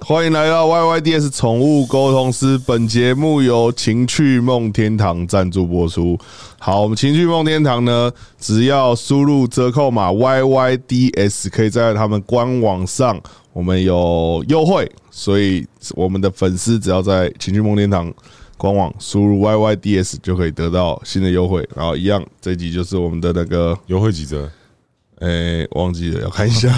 欢迎来到 YYDS 宠物沟通师。本节目由情趣梦天堂赞助播出。好，我们情趣梦天堂呢，只要输入折扣码 YYDS，可以在他们官网上，我们有优惠。所以我们的粉丝只要在情趣梦天堂官网输入 YYDS，就可以得到新的优惠。然后一样，这一集就是我们的那个，优惠几折？诶、哎忘记了，要看一下。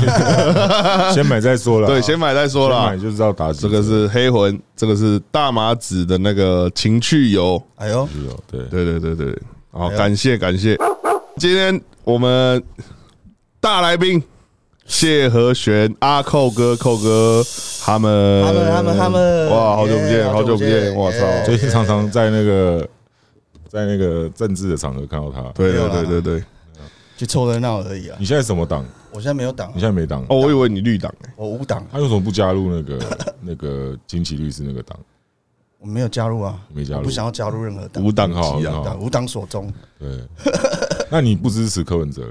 先买再说了。对，先买再说啦。先买就知道打几折这个是黑魂，这个是大麻子的那个情趣油。哎呦，有对对对对对，好，感谢感谢。今天我们大来宾谢和弦、阿寇哥、寇哥他们，他们他们他们哇，好久不耶见，好久不见，我好久不见操！最近常常在那个在那个政治的场合看到他。，对没对有啦对对对，就凑热闹而已啊！你现在什么党？我现在没有党啊你，现在没党哦，？我以为你绿党欸我无党，啊他为什么不加入那 个那个金奇律师那个党？我没有加入啊，没加入我不想要加入任何党，无党很好籍很啊好，党无党所宗。对，那你不支持柯文哲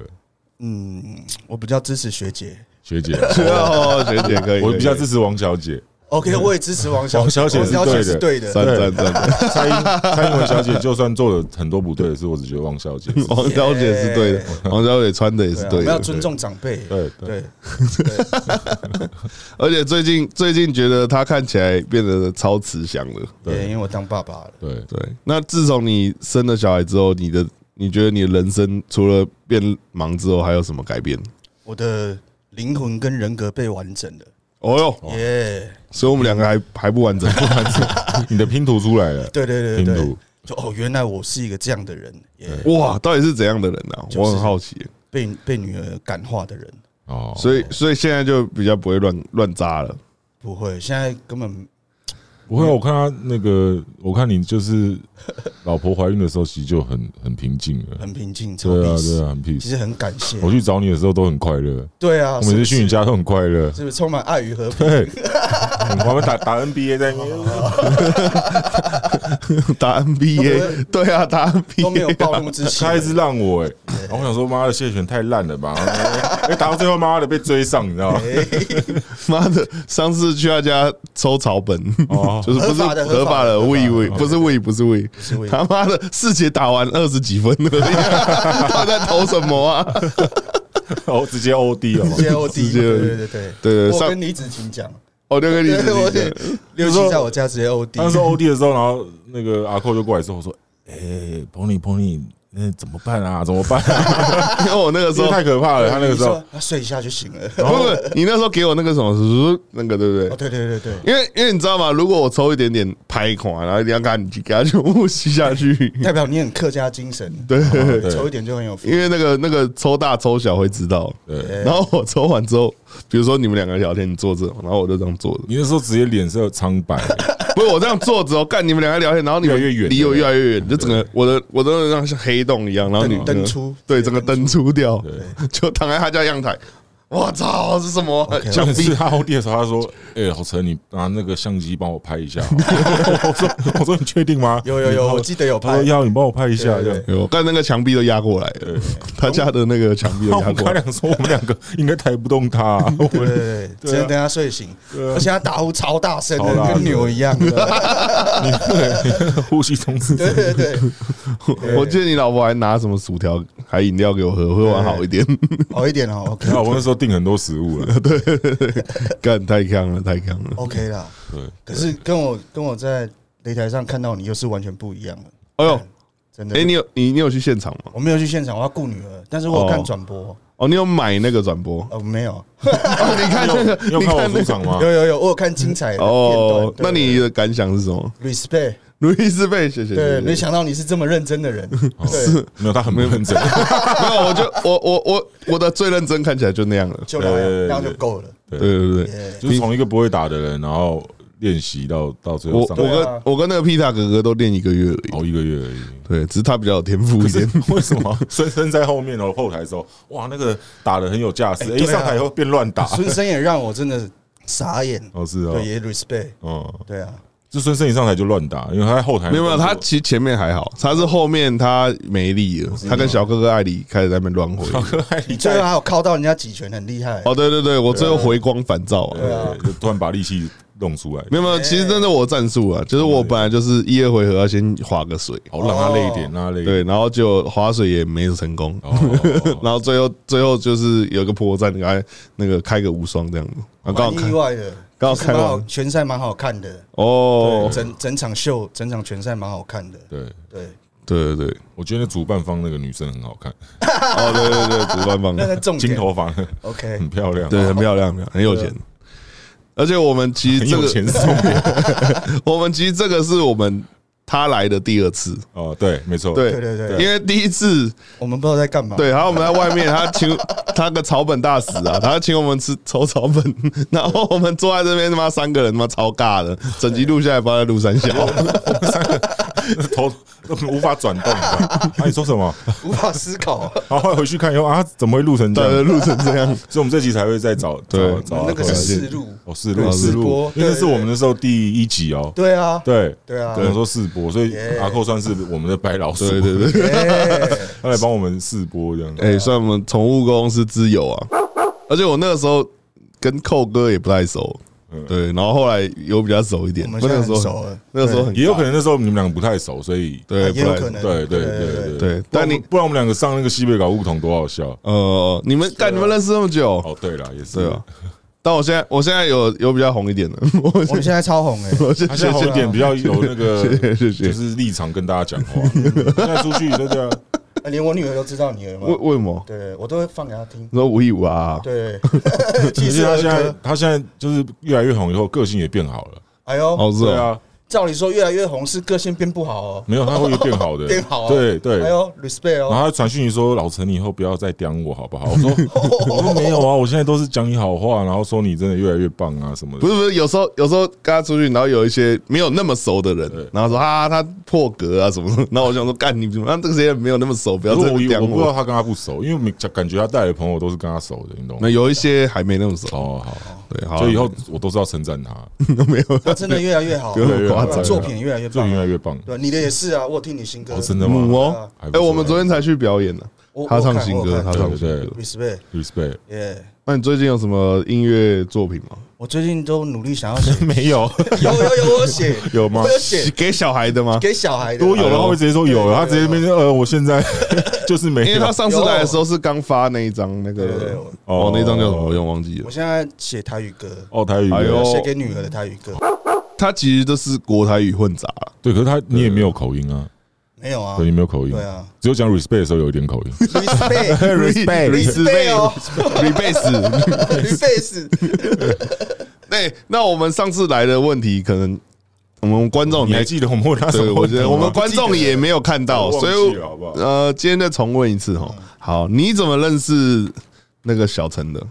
嗯，我比较支持学姐。学 姐？哦，学姐可以，我比较可以支持王小姐， OK，我也支持王 小王小姐王是小姐对是的对的。赞赞 赞，蔡英蔡英文小姐就算做了很多不对的事，我只觉得王小 姐是王小姐是对的，王小姐穿的也是对啊我对们的要，尊重长辈。对对，对，而且最近最近觉得他看起来变得超慈祥了。对也因为我当爸爸了，对，对，那自从你生了小孩之后，你的你觉得你的人生除了变忙之后，还有什么改变？我的灵魂跟人格被完整了。哦哟，耶！所以我们两个还还不完整，不完整。你的拼图出来了，对对对拼对图，就哦，原来我是一个这样的人，耶，哇，到底是怎样的人啊？就是我很好奇。被被女儿感化的人。哦，所以所以现在就比较不会乱乱扎了。 不会，现在根本不会啊，我看他那个，我看你就是老婆怀孕的时候，其实就很很平静了。很平静，超对啊， peace 对啊，很其 peace。实很感谢。我去找你的时候都很快乐，对啊，我每次去你是家都很快乐不是，。是不是充满爱与和 平？对，我们打打 NBA 在那边，打都不 NBA，会对啊，打都没有 NBA，暴怒之气他。一直让我哎、然后我想说妈的谢选太烂了吧，哎、打到最后妈的被追上，你知道吗？ 妈的！上次去他家抽草本，哦 就是不是合法的合法的合法的喂喂，不是喂不是喂是，喂他妈的四节打完二十几分而已，他在投什么啊？哦，直接 OD 了嘛直接 OD，直接对对对对对我上跟李子晴讲，我就跟你对我自己得讲六七在我家直接 他说 OD， OD 的时候，然后那个阿寇就过来之后说：“哎、彭丽彭丽，那、怎么办啊？怎么办、啊？因为我那个时这候太可怕了。”他那个时候哦你说，啊睡一下就醒了。不不，你那时候给我那个什么叔叔那个对不 哦，对？对对对对，因为因为你知道吗？如果我抽一点点拍款，然后你要赶紧给它全部吸下去，代表你很客家精神，哦对，对抽一点就很有 feel。因为那个那个抽大抽小会知道。对，然后我抽完之后，比如说你们两个聊天，你坐着，然后我就这样坐 着，你那时候直接脸色苍 白，不是我这样坐着哦，干你们两个聊天，然后你们越来越远离我对越来越远，就整个我的我都像像黑洞一样，然后你灯灯出对，整个灯出掉对，就躺在他家阳台，我操，是什么？就墙 壁是他 OD 的时候，他说：“哎、郝晨，你拿那个相机帮我拍一下。”哦 我说：“我说你确定吗？”有有有你帮我记得有他拍说：“要你帮我拍一下。”这对对样，有，但哎那个墙壁都压过来了，他家的那个墙壁然都后压我跟过他来。俩说：“我们两个应该抬不动他、啊我对们对对，真的等他睡醒，而且他打呼超大声啊超大的，声啊跟牛一样。你那个 呼吸中止。”对对对，我记得你老婆还拿什么薯条还饮料给我喝，会玩好一点。好一点哦，OK 然后我那时候订很多食物了， 干太坑了，太坑哦了。 OK 啦。对，可是跟我跟我在擂台上看到你又是完全不一样的，哎呦，真的。哎，你有你你有去现场吗？我没有去现场，我要顾女儿，但是我有哦看转播，哦，你有买那个转播？呃，没有，哦你看那个，你有你看我看那出个。场吗有？有有，我有看精彩的片段。哦，对那你的感想是什么？ respect 路易斯贝，谢谢。谢对，谢没想到你是这么认真的人。对，哦没有，他很认真。没有，我就我我我我的最认真看起来就那样了。就那对对样，对那样就够了。对对对，就是从一个不会打的人，然后练习到到最我后我上跟对啊我跟那个皮塔哥哥都练一个月而已。熬一个月而 已。对，只是他比较有天赋不一是点。 为什么深深在后面哦，后台的时候，哇，那个打的很有架势，哎哎一对啊上台以后变乱打。孙生也让我真的傻眼，哦，是哦对，，也 respect。嗯，对啊，就孙胜一上台就乱打，因为他在后台没有没有，动他作其实前面还好，他是后面他没力了，他跟小哥哥艾里开始在那边啊乱回。小 哥艾你里最后啊在，还有靠到人家几拳，很厉害。哦，对对对，我最后回光返照啊。对啊对，就突然把力气弄出来，没有没有，其实真的我战术啊，就是我本来就是一二回合要先划个水，好让他累一点，让他累一点。哦对，然后就划水也没成功，哦，哦 哦然后最后最后就是有个破绽，刚才那个开个无双这样子，啊，刚好蛮意看外的，刚好其实看蛮完好，拳赛蛮好看的。哦，整整场秀，整场拳赛蛮好看的。对，对，对对对，我觉得主办方那个女生很好看，哦对对对，主办方那个重金点头发 OK，很漂亮，对很漂亮，很有钱，而且我们其实很这有个钱送的。我们其实这个是我们他来的第二次，哦，对，没错，对对对对因为第一次我们不知道在干嘛。对，然后我们在外面，他请他个草本大使啊，他请我们吃抽草本， 然后我们坐在这边他妈三个人他妈超尬的，整集录下来放在录三 小，头都无法转动。 啊，你说什么？无法思考。然后回去看以后啊，怎么会录成这对，样？录成这样， 所以我们这集才会再找对找找那个是找试录哦，试对录试试播录，因为那是对对我们那时候第一集哦。对啊，对对啊我们说试播，所以 Yeah 阿寇算是我们的白老鼠，对 对对，哎他来帮我们试播这样。哎、算我们宠物公司之友啊，而且我那个时候跟寇哥也不太熟。对，然后后来有比较熟一点，我们那现在个很时候熟了那个时候很也有可能那时候你们两个不太熟，所以对，也不有太可熟能。对对对对对但你不然我们两个上那个西北搞梧桐多好笑呃，你们干你们认识那么久，哦！对了，也是对啊，但我现在我现在有有比较红一点的， 我 我们现在超红哎， 我现他现在在好一点，比较有那个谢谢谢谢就是立场跟大家讲话。现在出去对对啊，呃连我女儿都知道你了为吗？为什么？对，我都会放给她听。你说吴亦武啊， 对，而其且实他现在他现在就是越来越红以后，个性也变好了。哎呦，哦是对哦，啊，照理说越来越红是个性变不好哦，没有他会变好的，变好哦嗯对对哎。呦，respect 然哦，后他传讯息说：“老陈，你以后不要再刁我好不好？”我说：“我说没有啊，我现在都是讲你好话，然后说你真的越来越棒啊什么不的。是不是，有时候有时候跟他出去，然后有一些没有那么熟的人对，然后说啊他破格啊什么什么，然后我想说干你怎么，那这个些没有那么熟，不要可这是我样讲我不知道我。他跟他不熟，因为没感觉他带来的朋友都是跟他熟的，你懂吗那？有一些还没那么熟，哦，好好，对，好啊，所以以后我都是要称赞他，都 没 有她真的越来越好，有点夸对啊张，作品越来越最棒近越。来越棒。对，你的也是啊，我有听你新歌哦，真的母吗哦， 哎，我们昨天才去表演呢我，他唱新歌，我看他我看唱新对对歌对。 ，respect， ？Respect，耶。那你最近有什么音乐作品吗？我最近都努力想要写， 没 有有有有，我有写， 有吗我？有写给小孩的吗？给小孩的，如果有的话，会直接说有，对他直接变成呃，我现在就是没 因为他有。上次来的时候是刚发那一张那对对对个我哦，那张叫什么？我有点忘记了我。现在写台语歌，哦，台语，哎呦写给女儿的台语歌，他其实都是国台语混杂啊 啦对，可是他你也没有口音啊，没有啊对，，你没有口音对，啊只有讲 respect 的时候有一点口音。 ，respect。 ，respect respect 哦 rebase。 face，对，那我们上次来的问题，可能我们观 众你还没记得我们问他什对，么我问觉题吗？得我们观众也没有看到，我忘记所了以好不好呃，今天再重问一次哈。好，你怎么认识那个小陈的？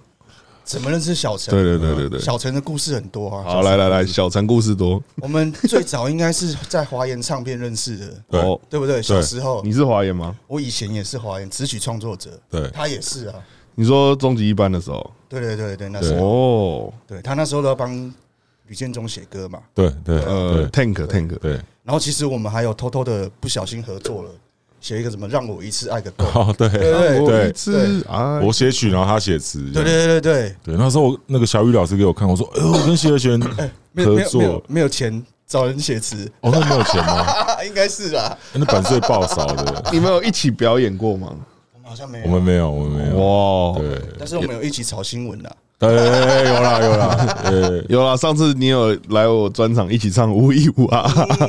怎么认识小陈？对对对对对。小陈的故事很多啊。好，来来来，小陈故事多我们最早应该是在华研唱片认识的，对哦。对不对？小时候你，是华研吗？我以前也是华研词曲创作者，对他也是啊。你说终极一班的时候对对对对，那时候，哦，对他那时候都要帮吕建中写歌嘛。对对呃对，Tank Tank，对， 然后其实我们还有偷偷的不小心合作了，写一个什么让我一次爱个够。哦对对我一对，次啊，我写曲，然后他写词，对对对对 对，那时候我那个小雨老师给我看，我说：“ 哎呦，我跟谢和弦没有合没有没有作，没有钱找人写词，哦，啊那没有钱吗？ 应该是啦。那版税爆少的， 你们有一起表演过吗？我们好像没我有，们没有，我们没有。哇，对，但是我们有一起炒新闻啊啦。对，有啦有啦，对，有啦，上次你有来我专场一起唱《无一无啊》，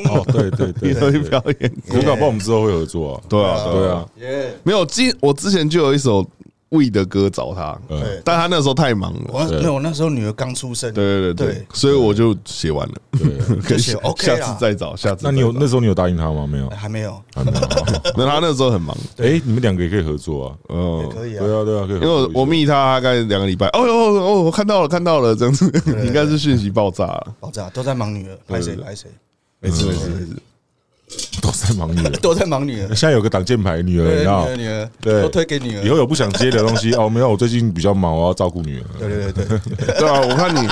哦，对对对你有去对，表演过。可是搞不好我们之后会合作啊。对啊，对啊，耶，没有，之我之前就有一首魏的歌找他，呃，对，但他那时候太忙了。我没有，那时候女儿刚出生，对对对对对，所以我就写完了，对。可以写下 OK 下啦哎次再找，下次再找。那你有那时候你有答应他吗？没有，还没有，还 没有啊。那他那时候很忙，哎，你们两个也可以合作啊。也嗯，可以对啊。啊，对啊，可以合因为作一下。我我密他大概两个礼拜，哦哦哦，我看到了看到了，这样子对对应该是讯息爆炸了，嗯爆炸啊都在忙女儿，拍谁呃对拍谁， 没事没事没事，都在忙女儿。都在忙女儿，现在有个挡箭牌女儿，你对知女道，儿女儿，对都推给女以儿。后有不想接的东西哦，没有，我最近比较忙，我要照顾女儿。对对 对对， 对啊，我看你，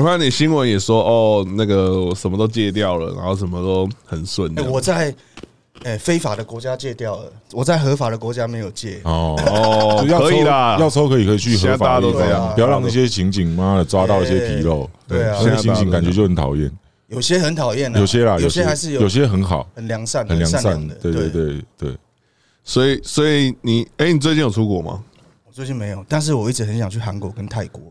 我看你新闻也说哦，那个我什么都戒掉了，然后什么都很顺这哎，样，我在哎非法的国家戒掉了，我在合法的国家没有戒。哦，哦就要抽可以啦，要抽可以可以去合法的地现在大家都这样方，不要让那些刑警妈的抓到一些纰漏。对啊那些刑警感觉就很讨厌，有些很讨厌啊，有些啦，有些些还是有些很好，很良善、很良善善良的。。对对对对，所以所以你，哎，你最近有出国吗？我最近没有，但是我一直很想去韩国跟泰国。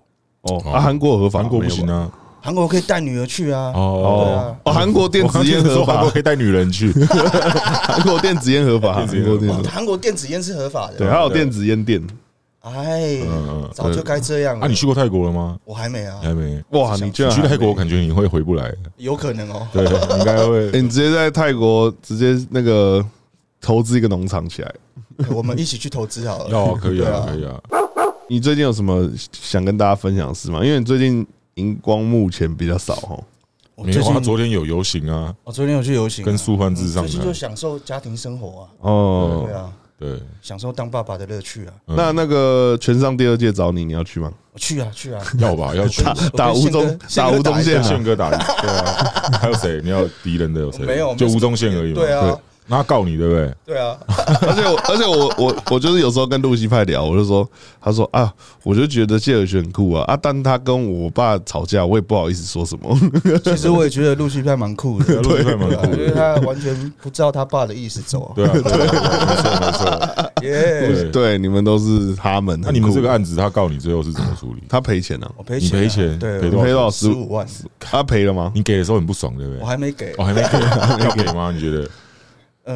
哦，哦啊，韩国合法，韩国不没有行吧。啊。韩国可以带女儿去啊。对哦啊，哦，韩国电我子刚烟听合说韩法国，可以带女人 去，韩国电子烟合法，韩电子烟国合法电哇子，韩国电子烟是合法的。对，还有电子烟店，哎啊嗯嗯，早就该这样了。啊，你去哎过泰国了吗？我还没啊你，还没。哇，你居你然去还泰国，没我感觉你会回不来的。有可能哦。对，你应该会。哎欸，你直接在泰国直接那个投资一个农场起来。 我们一起去投资好 了。要啊可以啊，可对以啊。你最近有什么想跟大家分享的事吗？因为你最近荧光幕前比较少哦。我没最有啊，近昨天有游行啊，我昨天有去游行啊，跟苏焕智上最近就的。享受家庭生活啊，哦对，啊，对，享受当爸爸的乐趣啊。嗯那那个全上第二届找你，你要 去吗？我去啊，去啊，要吧，要去。打我跟打吴宗打吴宪哥宪哥宗打一宪架啊宪哥 打你，对啊，还有谁？你要敌人的有谁？没有就没有吴宗宪而已嘛。对啊，那他告你对不对？对啊， 而且我，而且我，我，我就是有时候跟露西派聊，我就说，他说啊，我就觉得谢尔轩很酷啊，啊，但他跟我爸吵架，我也不好意思说什么。其实我也觉得陆续派蛮酷的，陆续派蛮酷的对啊因为他完全不知道他爸的意思走啊。对啊，对啊没错耶，没错。对， 对，你们都是他们，那你们很酷这个案子，他告你最后是怎么处理？他赔钱呢、我赔你钱啊，赔钱对，赔啊？多赔少？多少十十五？五万，他赔了吗？你给的时候很不爽对不我对？还没给我，还没给，要给吗？你觉得嗯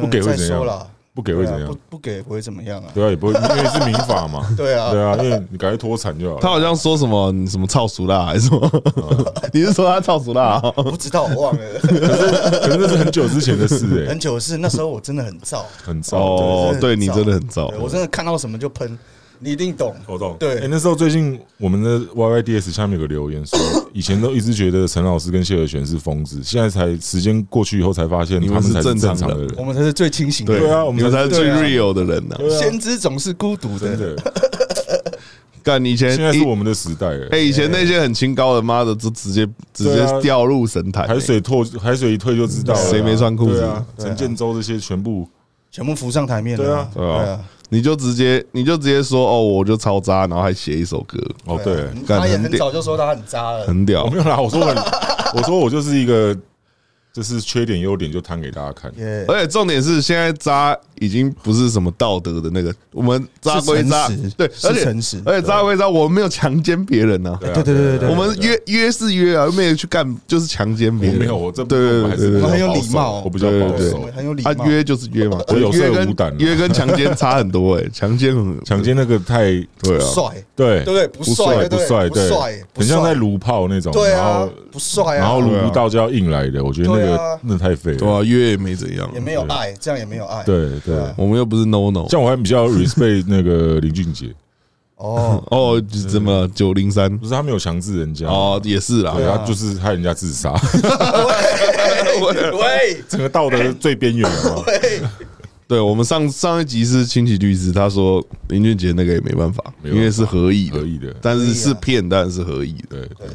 哦不给会再怎样说啦，不给会对啊怎样不？不给不会怎么样啊？对啊，也不会，因为是民法嘛。 对啊，对啊，因为你赶快脱产就好他了。好像说什么你什么操熟辣还是什 么？你是说他操熟辣、啊我不知道，我忘了， 可是那是很久之前的事哎很，久是那时候我真的很燥，很早。哦，对真的很你燥真的很糟对。我真的看到什么就喷，你一定懂。我懂。对哎、那时候最近我们的 YYDS 下面有个留言说，以前都一直觉得陈老师跟谢和弦是疯子，现在才时间过去以后才发现你他们们是才是正常正常的人人。我们才是最清醒的。对啊我们你们才是最对啊 real 的人呢、对啊先知总是孤独真的。的，干以前现在以是我们的时代欸了。哎、以前那些很清高的，妈的，就直接直对接啊掉入神坛、欸海水退，海水一退就知道了啊谁没穿裤子对啊，对啊陈建州这些全部全部浮上台面了啊。对啊对啊，你就直接你就直接说哦，我就超渣，然后还写一首歌，哦，对对啊，干他也很很屌早就说他很渣了。很屌我没。有啦，我说我很，我说我就是一个，就是缺点优点就摊给大家看。耶，而且重点是，现在渣已经不是什么道德的那个，我们渣归渣是诚实，对，是而且诚实而且渣归渣，我们没有强奸别人呐、对啊对对对对对我们约约是约啊，又没有去干，就是强奸别我人。没有，我这对对我对还对是对比较我很有保守礼貌我比较对对保对我守们。很有礼啊貌。，约就是约嘛，我有色约无胆啊跟约跟强奸差很多哎、强奸很强奸那个太对啊，帅，对对不对？不不帅，对不对帅，不帅，不很像帅在撸炮那种，对然啊后，不帅啊，然后撸撸不到就要硬来的，我觉得那对个啊啊那太废对了，啊，约也没怎样也，没有爱，这样也没有爱。对对。我们又不是 no no。像我还比较 respect 那个林俊杰， 哦，哦，怎么了？九零三不是他没有强制人家，哦，也是啦。啊对，他啊就是害人家自 杀，喂整个道德最边缘 了嘛。喂，对我们上上一集是清奇律师，他说林俊杰那个也没办法，没办法因为是合意可的，以的，但合是意啊是骗，但是合意的。对对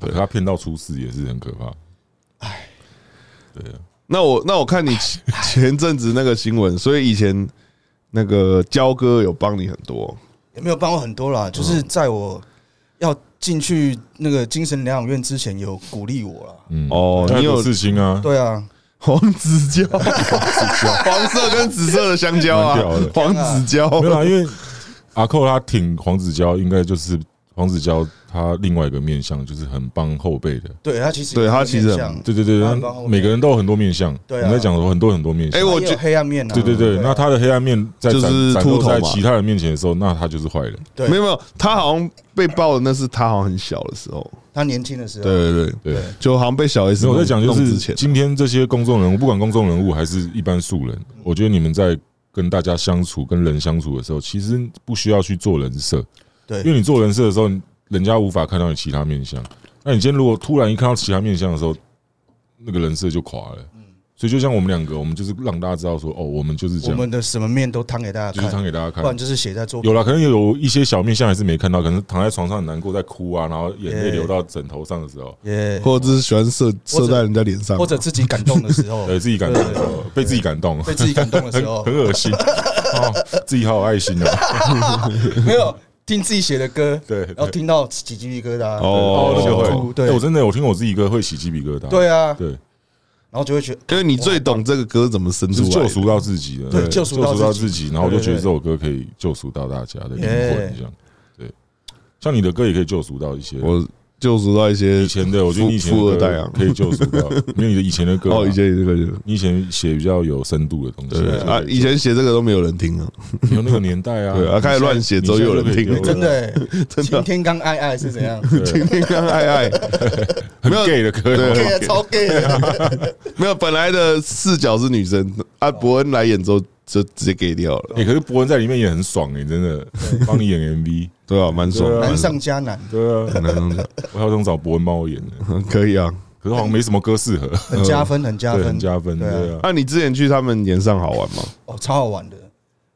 对，他骗到出事也是很可怕。哦那我那我看你 前前阵子那个新闻，所以以前那个焦哥有帮你很多，也没有帮我很多啦，就是在我要进去那个精神疗养院之前，有鼓励我啦。嗯，哦他你有刺青啊？对啊， 黄子 椒，黄色跟紫色的香蕉蛮屌啊的，黄子椒没有啦，因为阿寇他挺黄子佼，应该就是黄子佼他另外一个面向，就是很帮后辈的。对他其实对有他很其面实很向对对对，他很那帮后辈每个人都有很多面向。对啊我们在讲有很多很多面哎、向。我他也觉有黑暗面啊，对对对，啊那他的黑暗面在就展是展秃露头在嘛其他人面前的时候，那他就是坏人。对没有没有，他好像被爆的那是他好像很小的时候，他年轻的时候，对对对，对，就好像被小 S 所以我在讲弄就弄是之前，今天这些公众人物，不管公众人物还是一般素人，我觉得你们在跟大家相处、跟人相处的时候，其实不需要去做人设，对因为你做人设的时候，人家无法看到你其他面相。那你今天如果突然一看到其他面相的时候，那个人设就垮了。嗯所以就像我们两个，我们就是让大家知道说，哦，我们就是这我样，们的什么面都摊给大家就是看摊，给大家看不。然就是写在作品有。啦，可能有一些小面相还是没看到，可能躺在床上很难过，在哭啊，然后眼泪哎流到枕头上的时候，也或者是喜欢射或者射在人家脸上，或者自己感动的时 候，对自己感动的时候，被自己感动，被自己感动的时 候很，恶心，哦，自己好有爱心哦。 没有听自己写的歌，对哦然后听到起鸡皮疙瘩，哦那个小会，猪啊对哎我真的我听我自己歌会起鸡皮疙瘩。对啊，对，然后就会觉得因为你最懂这个歌怎么生就出来是的，救赎到自己的，对救救赎到自己到自己，然后我就对对觉得对这首歌可以救赎到大家的灵魂，耶这样。对，像你的歌也可以救赎到一些。我救赎到一些以前的，我觉得你以前的富富歌二代啊可以救赎 到，没有你的以前的歌啊，哦，以前这个就你以前写比较有深度的东西，对啊，以前前写这个都没有人听啊，有那个年代啊， 对啊开始乱写之后又有人听了你现在真就可以的 欸，晴天刚爱爱是怎样？丢 了，今天刚爱爱对没有啊 很 gay 的歌，对 gay 啊超 gay，啊没有，本来的视角是女生，啊，伯恩来演之后就直接给掉了，哎，可是伯恩在里面也很爽哎，真的，帮你演 MV，对啊，蛮爽的，对啊难上加难。对啊，蛮爽的，我好想找伯恩帮我演的，可以啊。可是好像没什么歌适合，很加分，很加对，分很，加分，对啊对啊。那你之前去他们演上好玩吗？哦，超好玩的，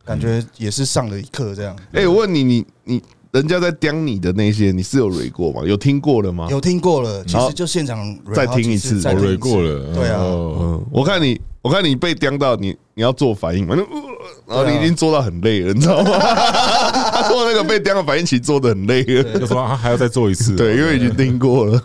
感嗯觉也是上了一课这样。哎，我问你，你你人家在刁你的那些，你是有蕊过吗？有听过的吗？啊有听过了，其好实就现场 rap 再好几听一次再我听蕊一次哦过了，对啊哦，嗯，我看你，我看你被刁到你，你要做反应嘛，那呃然后对啊你已经做到很累了，你知道吗？他做那个被刁的反应其实做的很累了，就说啊还要再做一次，对，因为已经听过了。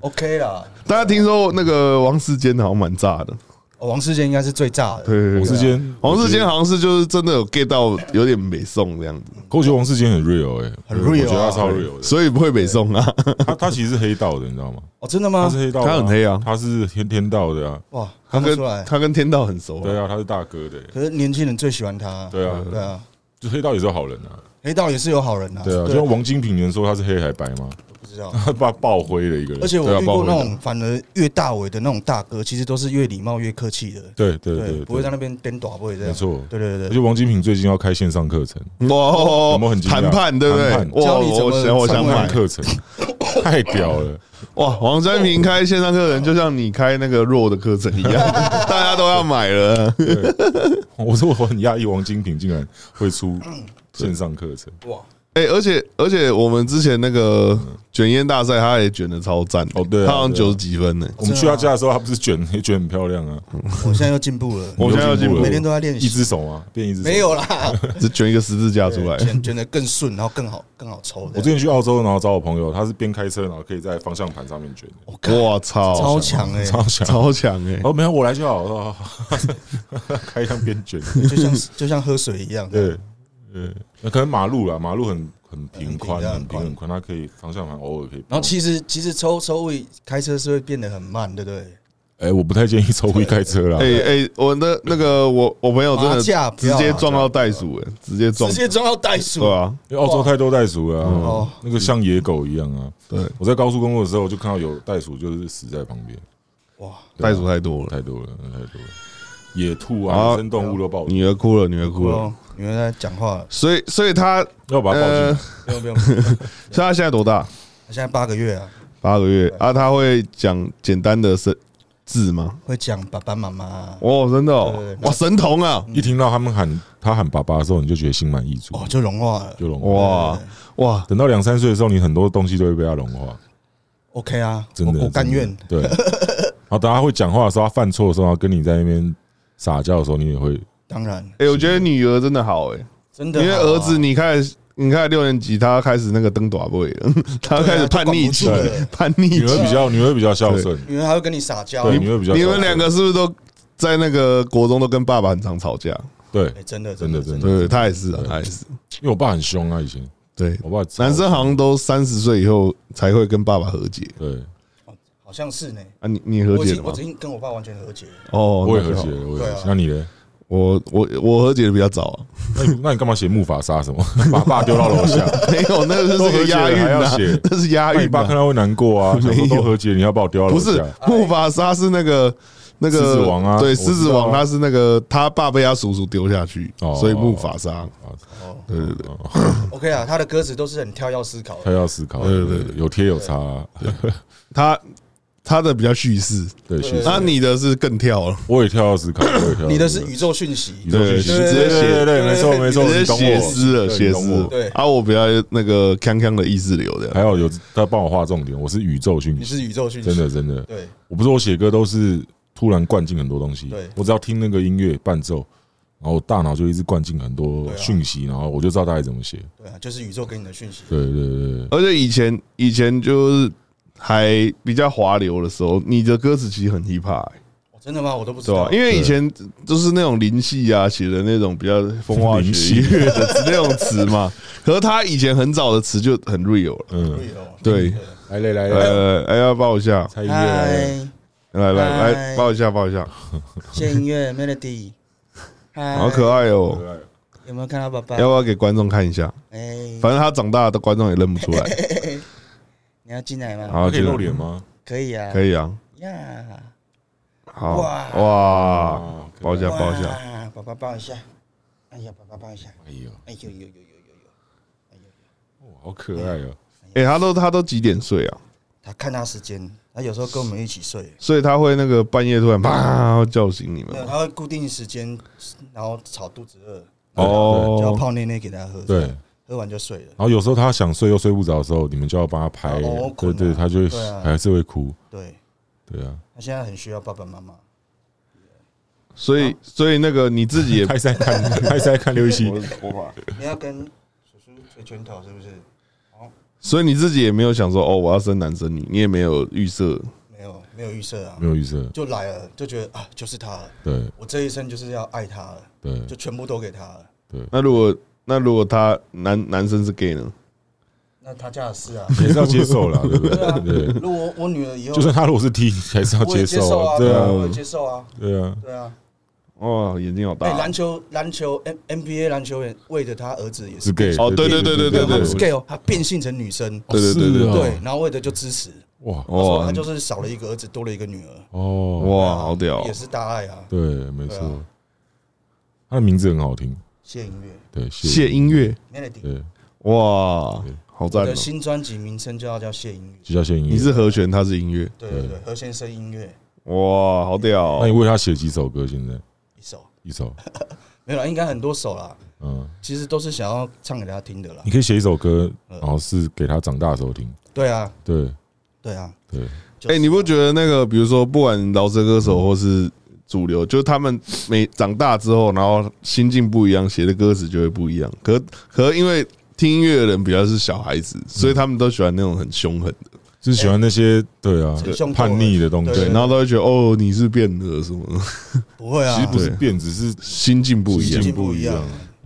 ，OK 啦。大家听说那个王世坚好像蛮炸的，哦王世坚应该是最炸的，对，王世坚，王世坚好像是就是真的有 get 到有点美送这样子，可我觉得王世坚很 real 哎，很 real 啊我觉得他超 real 的，所以不会美送啊。他他其实是黑道的，你知道吗？哦，真的他吗是？黑道的，他很黑啊他是天天道的啊，哇，他看得跟出来。他跟天道很熟，对啊，他是大哥的，哎可是年轻人最喜欢他，对啊，对啊，就黑道也是好人啊，黑道也是有好人啊，对啊，就像王金平，你能说他是黑还白吗？ 不知道。他把爆灰的一个人，而且对我啊遇爆过灰那的种反而越大尾的那种大哥，其实都是越礼貌越客气的，对对对，对不会在那边颠倒，不会这样。没错对对对而对且。王金平最近要开线上课 程，哇哦，有没有很惊讶谈判对不对谈？判哇，教你怎么我想我想上买位看课 程太屌了，哇，黄山平开线上课程，就像你开那个弱的课程一 样，大家都要买了。我说我很讶异，王金平竟然会出嗯线上课程，哎、而且而且我们之前那个卷烟大赛，他也卷的超赞的哦对啊他好像对啊九十几分呢、我们去啊他家的时候，他不是卷 也卷很漂亮啊，我现在又进步了，我现在要进步了每天都在练一习。只手吗？变一只手没。有 啦，啊只卷一个十字架出来。卷卷的更顺，然后更好更好抽。我之前去澳洲，然后找我朋友，他是边开车，然后可以在方向盘上面卷，我我操，超强哎， 超强。超强哎、哦，没有，我来就好。我说好好好 开一辆边卷，就像就像喝水一样。对，对，那可能马路啦，马路很很平很平宽，的很平很很宽，它可以方向盘偶尔可以。然后其实其实抽抽位开车是会变得很慢，对不对？哎，我不太建议抽灰开车啦。哎哎、我的那个我我朋友真麻的将不直要接撞到袋鼠哎、直接撞直，接撞到袋鼠对，啊，因为澳洲太多袋鼠了哦啊，那个像野狗一样啊。对，我在高速公路的时候就看到有袋鼠，就是死在旁边，哇！袋鼠太多了。太多了，太多了，野兔好啊，野生动物都爆，女儿哭了，女儿哭了。哦，你们在讲话了，所以所以他要把它抱进呃，来。所不用不用，不用以他现在多大？现在八个月啊，八个月啊，他会讲简单的生字吗？会讲爸爸妈妈，哦，真的对对哦，对嗯哇，神童啊！一听到他们喊他喊爸爸的时候，你就觉得心满意足，哦，就融化了就融化。哇哇，等到两三岁的时候，你很多东西都会被他融化， ，OK 啊，真的，我我甘真的愿。对， 然后等他会讲话的时候，他犯错的时候，他跟你在那边撒娇的时候，你也会当然，哎，我觉得女儿真的好哎，真的因好啊，为儿子你看。你看六年级，他开始那个登短位了， 他开始叛逆期对啊就管不住了，叛逆女儿期。比较女儿比较孝顺，女儿还会跟你撒娇，对，女儿比较孝顺你们两个是不是都在那个国中都跟爸爸很常吵架？对，哎，真的真的真的对，他也是啊，他也是。因为我爸很凶啊，以前对，我爸超男生好像都三十岁以后才会跟爸爸和解对，好像是呢。啊你，你和我已解了经我吗已？经跟我爸完全和解了，哦，我也那和就好解了，我也和对解啊。那你呢？我我我和解的比较早 啊，那你那你干嘛写木法沙什么？把爸丢到楼 下，没有，那个都是和个解押了韵还要啊写， 那是押那你韵爸看啊，到会难过啊，想没说有都和解，你要把我丢到不楼是下。啊木法沙是那个那个狮子王啊对，我狮子知道啊王他是那个他爸被他叔叔丢下去，哦所以木法沙，啊对对对， OK 啊，他的歌词都是很跳跃思考他的，哦要思考，对对对，有贴有差啊，他他的比较叙事，对，确实那你的是更跳了，我也跳到思考，我也跳到思考你的是宇宙讯息宇，宙对讯息，直接对对对写对，没错没错，直接哦你懂我写诗了，对写你懂诗我，哎对啊，我比较那个康康的意识流的，还好有他帮我画重点，我是宇宙讯你息，是宇宙讯息，真的真的，对，我不是我写歌都是突然灌进很多东西对，我只要听那个音乐伴奏，然后我大脑就一直灌进很多对啊讯息，然后我就知道大概怎么写。对啊，就是宇宙给你的讯息，对对对对，而且以前以前就是还比较滑流的时候，你的歌词其实很 hip hop，、欸、哦真的吗？我都不知对啊吧道，？因为以前就是那种林夕啊写的那种比较风花雪月的 那种词嘛，可是他以前很早的词就很 real 了。嗯，对，对哦，来来来来，呃，哎要抱一下，蔡音乐来来，嗨，来来来嗨抱一下抱一下，谢音乐 Melody，嗨，好可爱哦、有没有看到爸爸？要不要给观众看一下？哎，反正他长大的观众也认不出来。你要进来吗？好，哎他可以露这脸个吗？可以啊，可以啊。呀，好哦哇哇，啊，抱一下抱一下，哇，爸爸抱一下，哎呀，爸爸抱一下，哎呦，哎呦呦呦呦呦呦，哇好可爱哦！哎，他都他都几点睡啊？他看他时间，他有时候跟我们一起睡。所以他会那个半夜突然啪嗯叫醒你们没有，吗。他会固定时间，然后炒肚子饿，哦就要泡内内给他喝，对，然喝完就睡了。后有时候他想睡又睡不着的时候，你们就要帮他拍哦我，哭对对，了他就会对啊还是会哭，对对啊，他现在很需要爸爸妈妈，所以所以那个你自己也 他一直在 看，他一直在看刘一奇，你要跟叔叔捶拳头是不是？所以你自己也没有想说哦，我要生男生女，你也没有预设。没有，没有预设啊没，有预设，就来了，就觉得啊，就是他了，对我这一生就是要爱他了，对就全部都给他了。对，那如果那如果他男男生是 gay 呢？那他家的事 啊，也是要接受啦，对不对啊对？对，如果我我女儿以后就算他如果是 T，还是要我也接接受受啊，对对啊，啊，我也接受啊，对啊，对啊。哇，眼睛好哎，大篮。球篮球 N NBA 篮球员为了他儿子也是是 gay 哦对对对对他对不对是 gay 哦，他变性成女生，对对对对哦对，然后为了就支持，哇哦，哇他就是少了一个儿子，多了一个女儿，哦哇，好屌啊也！是大爱啊。对，没错对啊，他的名字很好听，谢音乐对，谢音乐 Melody，对，哇，好我赞哦的！新专辑名称就要叫谢音乐，就叫谢音乐。你是和弦，他是音乐，对对对，何先生音乐哇，好屌哎那！你为他写几首歌？现在一首，一首，没有啦，应该很多首啦，嗯，其实都是想要唱给大家听的啦你。可以写一首歌，嗯然后是给他长大的时候听。对啊，对对啊，对，就是哎，你不觉得那个，比如说，不管饶舌歌手或是主流，就是他们每长大之后，然后心境不一样，写的歌词就会不一样。可可因为听音乐的人比较是小孩子，所以他们都喜欢那种很凶狠的，就是喜欢那些对啊很凶叛逆的东对西对，，然后都会觉得哦，你是变了什么 的，不会啊其实？不是对变，只是心境不一心样进境，不一样。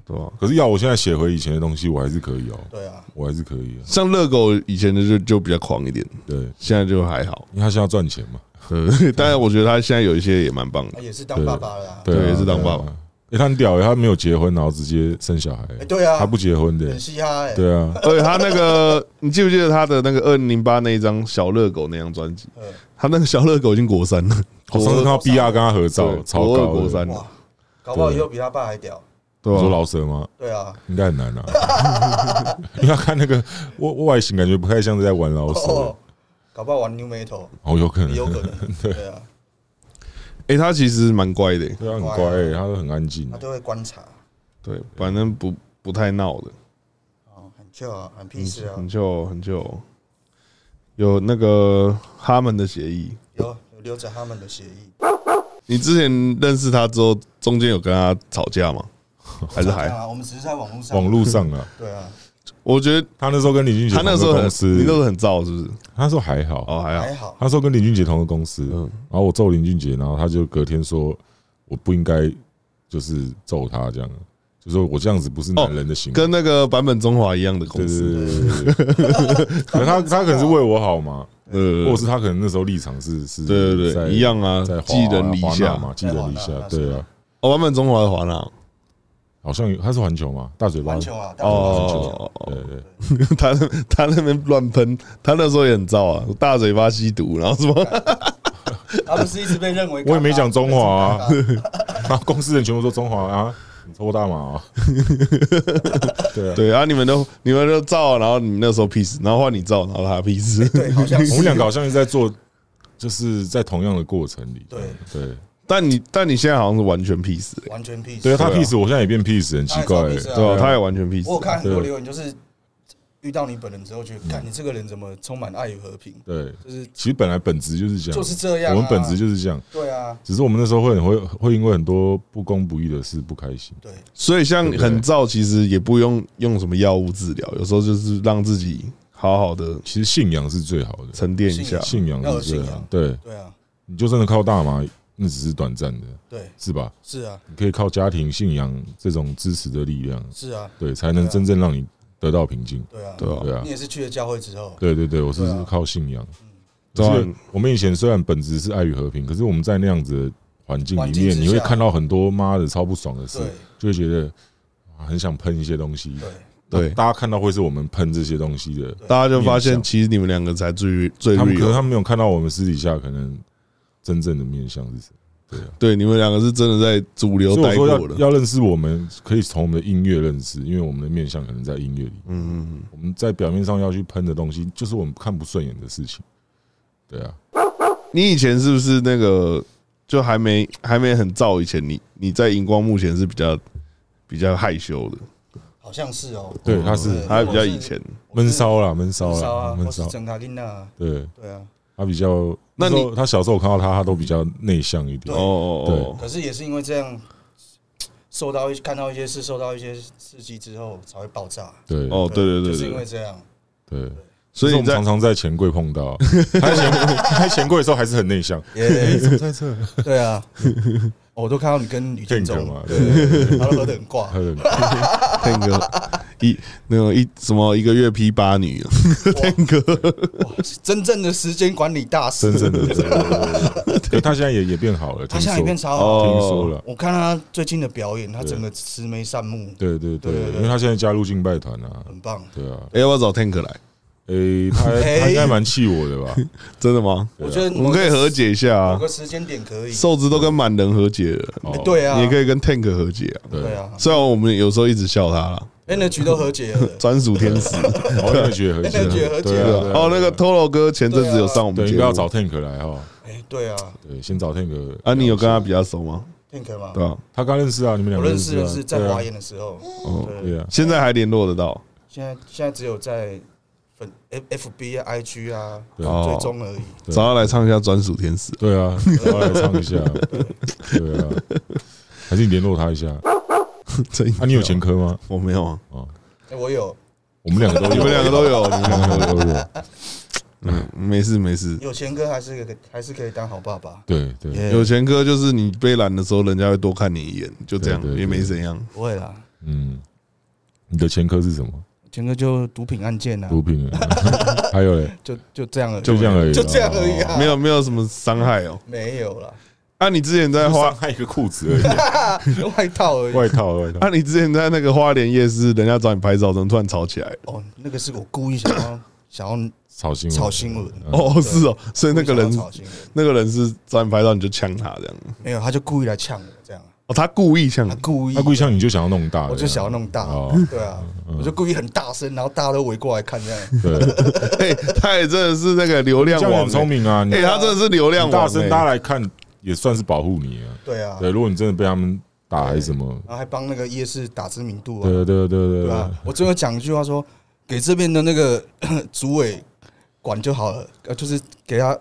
对吧？可是要我现在写回以前的东西，我还是可以哦，对啊，我还是可以啊。像热狗以前的就就比较狂一点，对，现在就还好。因为他现在要赚钱嘛，对，但是我觉得他现在有一些也蛮棒他的。啊也是当爸爸了啦。对啊，也是当爸爸对啊。哎，他很屌欸，他没有结婚，然后直接生小孩哎，。对啊，他不结婚的很欸，嘻哈哎。对啊， 而且他那个，你记不记得他的那个二零零八那一张小热狗那张专辑？嗯他那个小热狗已经国三 了，我上次看到 B R 跟他合照对，超国二高的。国三哇，搞不好以后比他爸还屌。对你说吧？老舍吗？对啊，应该很难啊， 因为他看那个外外形，感觉不太像是在玩老哦舍。，搞不好玩 New Metal 哦，有可能也，有可能。对啊，哎，他其实蛮乖的，对啊，很乖欸，他都很安静他。都会观察，对，反正不不太闹的，哦，很 chill 啊，很 peace 啊嗯很，就很就有那个哈们的协议。嗯有有留着他们的协议。你之前认识他之后，中间有跟他吵 架吗？还是还好？啊，我们只是在网络上。网络上啊，对啊，我觉得他那时候跟李俊杰他同那一时候个公很，你那时司，候很燥是不是？他说还好，哦，还好还。好。他说跟林俊杰同一个公司，嗯然后我揍林俊杰，然后他就隔天说我不应该就是揍他这样，就是我这样子不是男人的行为。跟那个版本中华一样的对哦公对司，对对对对，可能他他可能是为我好嘛，或呃者，是他可能那时候立场是是，对对在对，一样啊在，华寄人篱华纳下。嘛，寄人篱下在华纳，对啊，哦，版本中华的华纳，好像有他是环球嘛，大嘴巴，环球啊，哦， 对对，对他他那边乱喷，他那时候也很燥啊，大嘴巴吸毒，然后什 么，他们是一直被认为，我也没讲中华啊，然后公司人全部说中华啊，你抽过大麻 啊，对啊，对，然后你们都你们都燥，然后你那时候 peace，然后换你燥，然后他 peace，对，好啊像是我们两个好像一直在做，就是在同样的过程里，对对 但你但你现在好像是完全 peace 欸完全 peace。对啊，他对啊 peace，我现在也变 peace，很奇怪他也欸，超 peace 啊对吧？啊他也完全 peace，我有看很多对嗯留言，就是遇到你本人之后，觉得看你这个人怎么充满爱与和平，对，就是其实本来本质就是这样，就是这样啊我们本质就是这样，对啊，只是我们那时候会很会会因为很多不公不义的事不开心，对，所以像对不对很燥，其实也不用用什么药物治疗，有时候就是让自己好好的其实信仰是最好的，沉淀一下。信仰啊要有是最信好仰，对对啊，你就真的靠大麻，那只是短暂的，对，是吧？是啊，你可以靠家庭信仰这种支持的力量，是啊，对，才能对啊真正让你得到平静。对啊，对吧、对啊你，也是去了教会之后，对对对，我是对啊靠信仰。对啊就是我们以前虽然本质是爱与和平，可是我们在那样子的环境环里境之面，下你会看到很多妈的超不爽的事对，就会觉得啊很想喷一些东西。对，对大家看到会是我们喷这些东西的，大家就发面现向其实你们两个才最最他们可能 real，他们没有看到我们私底下可能真正的面相是什么。对，你们两个是真的在主流所以我待说要过的。要认识我们，可以从我们的音乐认识，因为我们的面相可能在音乐里。嗯，嗯嗯我们在表面上要去喷的东西，就是我们看不顺眼的事情。对啊，你以前是不是那个就还没还没很燥以前，你你在荧光幕前是比较比较害羞的，好像是哦，对，他是对还比较以前。闷骚啦，闷骚我是，烧啦，啊，闷我是骚。整卡琳娜，对对啊，他比较，那那你时候他小时候我看到他，他都比较内向一点哦。哦可是也是因为这样，受到一看到一些事，受到一些刺激之后才会爆炸，对哦哦，对对就对是因对为对，这样，对，所以我你们在常常在钱柜碰 到，他在钱柜他在钱柜的时候还是很内向，耶，在这对啊，哦我都看到你跟女听干众嘛对对，对他都喝得很 挂他，很那个啊一那个一什么一个月批八女， 那个哇真正的时间管理大真师，正的，对 对对对对他现在也也变好了， 他听现在也变说超哦好。听说了，我看他最近的表演，他对整个慈眉善目，对对对对对，对因为他现在加入敬拜团啊，很棒。对啊，哎、要不要找 Tank 来？诶， 他哎他应该蛮气我的吧？真的吗？我觉得我们可以和解一下某啊个，时间点可以。瘦子都跟满人和解了，哦哎 对啊，你也可以跟 Tank 和解啊。对啊虽然我们有时候一直笑他啦， ，energy 都和 解了。专属天使。哦，那个觉得和解，那个觉得和解对啊对啊哦，那个 Tolo 哥前阵子有上我们对，节应目该要找 Tank 来哈。哎，对啊对，先找 Tank 啊，你有跟他比较熟吗？ ，Tank 嘛对，吧？他刚认识啊，你们两我个认识的啊是对在啊华研的时候，哦，对啊，现在还联络得到。现在现在只有在粉 F F B 啊、I G 啊对最哦，终而已。对找他来唱一下专属天使。 对啊，我来唱一下，啊对啊，还是你联络他一下。啊，真你啊有前？科吗？我没有啊。啊，哎，我有我们两个都有， 你们两个都有，啊你们两个两个都有。嗯，没事没事。有钱哥，还是可还是可以当好爸爸。对对，耶有钱哥就是你被拦的时候，人家会多看你一眼，就这样对，对也没怎样。不会啦，嗯，你的前科是什么？钱哥就毒品案件啊，毒品啊，还有嘞，就就这样而已，就这样而已啊，就这样而已啊，没有没有什么伤害哦。没有啦，啊，你之前在哦，花花，还一个裤子而已，外套而已。外套外套 啊，。你之前在那个花莲夜市，人家找你拍照，怎么突然吵起来？哦，那个是我故意想要想 要炒新闻，炒新闻，嗯哦，是哦，所以那个故意人想要，炒新闻那个人是找你拍照，你就呛他这样。没有，他就故意来呛我这样，啊哦，他故意呛他。故意，他故意像你就想要弄大，我就想要弄大哦，对啊，我就故意很大声，然后大家都围过来看这样，对， 哎， 他也真的是那个流量这样王很，聪哎，明啊，你哎他真的是流量你大，王声大家哎来看也算是保护你啊。对啊，对，然如果你真的被他们打还是什么，后还帮那个夜市打知名度啊，对对对对对对啊，我最后讲一句话说， 给这边的那个主委管就好了，呃，就是给他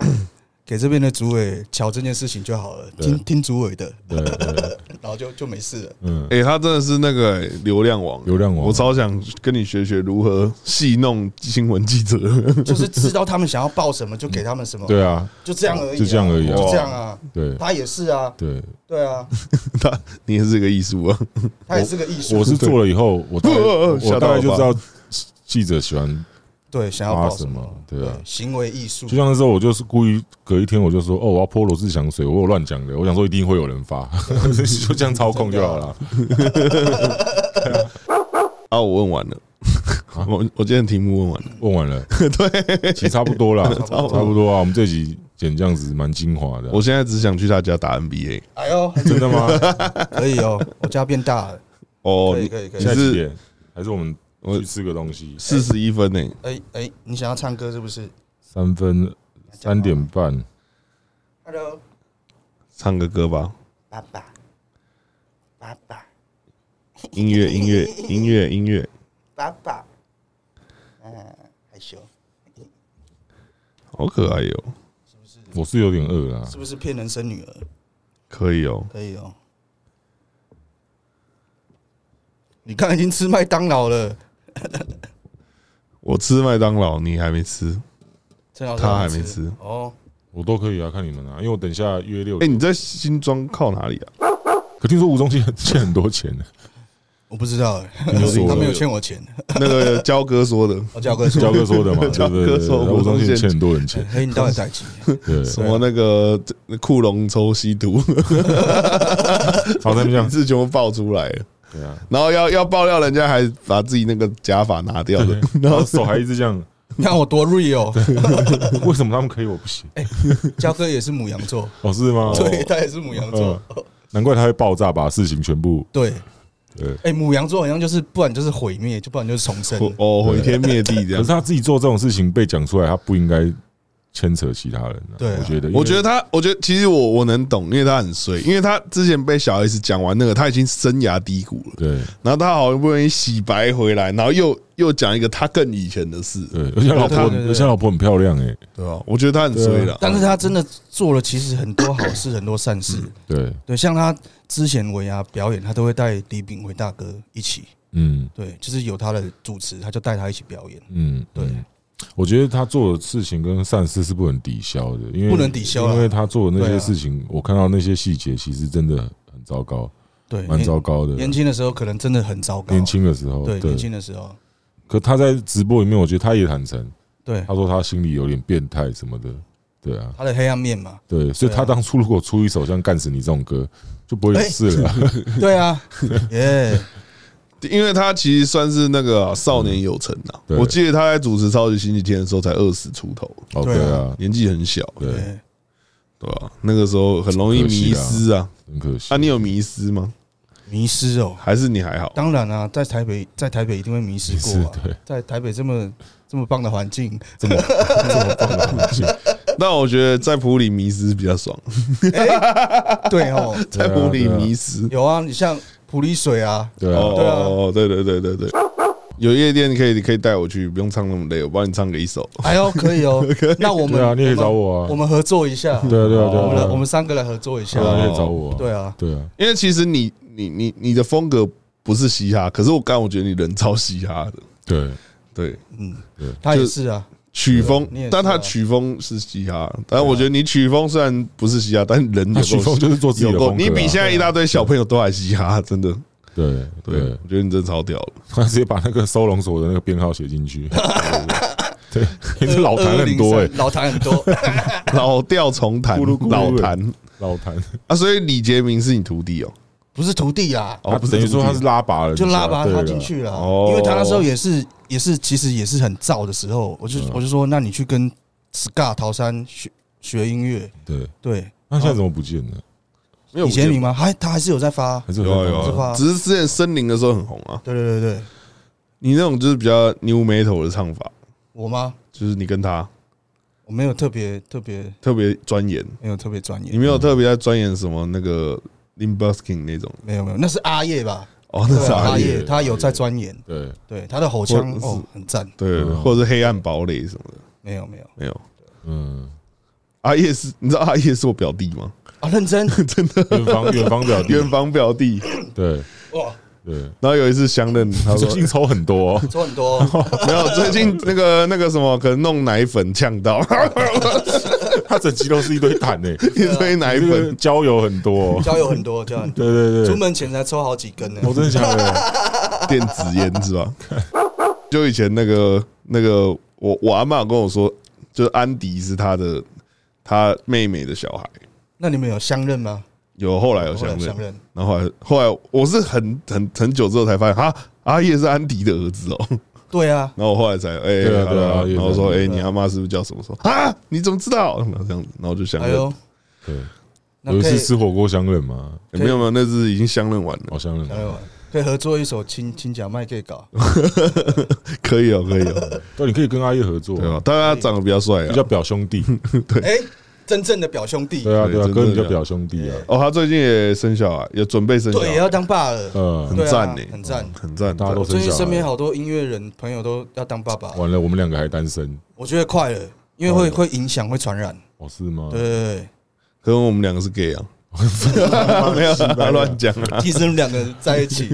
给这边的主委瞧这件事情就好了，对听听主委的，对对，然后就就没事了。嗯，哎、他真的是那个、欸流量王，流量王我超想跟你学学如何戏弄新闻记者。就是知道他们想要报什么，就给他们什么，对啊，就这样而已啊，就这样而已啊就这样啊。对他也是啊，对，对啊， 他，你也是个艺术啊，他也是个艺术，我是做了以后，我大概吓我到大了吧概就知道记者喜欢对想要发报什么，对啊。行为艺术就，像那时候，我就是故意隔一天我就说，哦，我要泼罗志祥水，我有乱讲的，我想说一定会有人发， 就这样操控就好了。啊，我问完了，啊我我今天的题目问完了，问完了，对，其实差不多啦，差不多差不多啊。我们这集剪这样子蛮精华的啊，我现在只想去他家打 NBA。哎呦，真的吗？可以哦，我家变大了，哦，可以你可以可你以下。几是点？还是我们去吃个东西？四十一分呢、欸哎哎，你想要唱歌是不是三分三点半， ？Hello，唱个歌吧，爸爸，爸爸，音乐音乐音乐音乐，爸爸，嗯，害羞，好可爱哦哟、我是有点饿啦是。不是骗人生女儿？可以哦、可以哦。你刚才已经吃麦当劳了，我吃麦当劳，你还没吃。陈老师他还没吃哦。我都可以啊，看你们啊，因为我等一下约六哎、。你在新庄靠哪里啊？可听说吴宗宪欠很多钱呢，我不知道欸，听说他没有欠我钱。那个焦哥说的，我叫哥说，焦哥说的嘛，对不焦对哥说对？吴吴宗宗宪宪欠很多人钱，嘿，你到底在几？对，什么那啊个这库龙抽吸毒， 好，他们这名 样，字全部爆出来了，对啊，然后要要爆料，人家还把自己那个假发拿掉了， 然后手还一直这样，你看我多 real，为什么他们可以我不行？焦哥也是母羊座，哦，是吗？对他也是母羊座，难怪他会爆炸，把事情全部对。对。哎，母羊座好像就是，不然就是毁灭，就不然就是重生。毁哦毁天灭地 这可是他样。自己做这种事情被讲出来，他不应该牵扯其他人、啊。对啊我觉得，我觉得他，我觉得其实我我能懂，因为他很衰，因为他之前被小 S 讲完那个，他已经生涯低谷了，对然后他好不容易洗白回来，然后又又讲一个他更以前的事，对，而且他老婆，对对对而且他老婆很漂亮哎、对吧？我觉得他很衰了，啊但是他真的做了其实很多好事，很多善嗯事。对，对，像他之前尾牙表演，他都会带李炳辉大哥一起。嗯对，就是有他的主持，他就带他一起表演。嗯，对嗯我觉得他做的事情跟善事是不能抵消的，因为不能抵消啊因为他做的那对些啊事情，我看到那些细节，其实真的很糟糕，对，蛮年糟糕的。年轻的时候可能真的很糟糕。啊年轻的时候，对，对年，轻的时候，可他在直播里面，我觉得他也坦诚，对他说他心里有点变态什么的，对啊，他的黑暗面嘛。对，所以对啊他当初如果出一首像《干死你》这种歌，就不会有事了啊。对啊，耶，因为他其实算是那个啊少年有成啊。对我记得他在主持《超级星期天》的时候才二十出头， 哦，对对啊啊，年纪很小，对，对对吧？那个时候很容易迷失啊。很可惜 啊，你有迷失吗？迷失哦。还是你还好？当然啊，在台北，在台北一定会迷失过啊迷失对。在台北这么这么棒的环境，这么这么棒的环境，但我觉得在普里迷失比较爽，对 哦，啊在普里迷失。有啊，你像普利水啊，对啊，哦，对对对对对，有夜店可以，你可以带我去，不用唱那么累，我帮你唱个一首。哎呦，可以哦。那我们对 啊，你也可以找我我们，啊我，们合作一下。对啊，对啊，对我们来啊，我们三个来合作一下对。啊，你也可以找我啊，对啊，对啊，因为其实你你你你的风格不是嘻哈，可是我刚我觉得你人超嘻哈的，对，对。嗯对，他也是啊，曲风你也，是但他啊曲风是嘻哈，但我觉得你曲风虽然不是嘻哈，但人啊他有够曲风就是做自己有的风够，格啊，你比现在一大堆小朋友都还嘻哈，真的。对对，对，我觉得你真的超屌了。他直接把那个收容所的那个编号写进 去，对， 你这老坛很多哎，老谈 很多。老调重弹咕噜欸咕，噜老弹老坛，啊！所以李杰明是你徒弟哦，不是徒弟啦，哦，他不是等于说徒他弟是拉拔了，就拉拔啊对他了进，去了啊哦，因为他那时候也是也是其实也是很燥的时候，我就嗯我就说，那你去跟 Scar 桃山学学音乐，对，对， 那哦现在怎么不见了？没有李杰明吗？还他还是有在发，还是有啊有是啊，吧只是之前森林的时候很红啊。对对对对，你那种就是比较 new metal 的唱法，我吗？就是你跟他我没有特别特别特别钻研，没有特别专你业，没嗯有特别在钻研什么那个 lim busking 那种没有没有，那是阿叶吧？哦，那对 是啊阿阿叶叶他有在钻研，对，对他的吼腔或者是哦很赞，对，嗯或者是黑暗堡垒什么的没有没有，没有。嗯，阿叶是，你知道阿叶是我表弟吗？啊，认真真的，远方远方表弟， 远房表弟。对哇， 对，然后有一次相认，他最说近抽很多哦， 说很多哦，没有，最近那个那个什么，可能弄奶粉 呛到啊 他整集都是一堆欸痰诶，一堆奶这个粉，交友很多哦， 交友很多，交友很多。对对出对，门前才抽好几根呢。我真的假 的？电子烟是吧？ 就以前那个那个，我我阿妈跟我说，就是安迪是他的他妹妹的小孩，那你们有相认吗？有后来有后相来认相，认，然后后来后来我是很很很久之后才发现，哈，阿叶是安迪的儿子哦。 对啊，然后我后来才哎，对啊对啊好了也是然后说对哎，你阿妈是不是叫什么？说啊，你怎么知道？然后这样子，然后就相哎认。呦，对，那有一可次以吃火锅相认嘛，哎没有没有，那是已经相认完 了，好相哎呦认，可以合作一首亲亲假麦可 以搞，可以哦，可以哦，对，你可以跟阿叶合作 对，啊吧？但他长得比较帅比较啊。表兄 弟，哎，真正的表兄弟，对啊对啊，对真的哥你叫表兄弟啊，哦，他最近也生小孩，也准备生小对，也孩要，当爸了，嗯，很赞呢对啊，很赞很赞，大家都最生近小身边孩，啊好多音乐人朋友都要当爸爸，完了，我们两个还单身，我觉得快了，因为会会影响，会传染。哦是吗？对对可能我们两个是 gay 啊，没有啊乱讲啊对，。替身两个人在一 起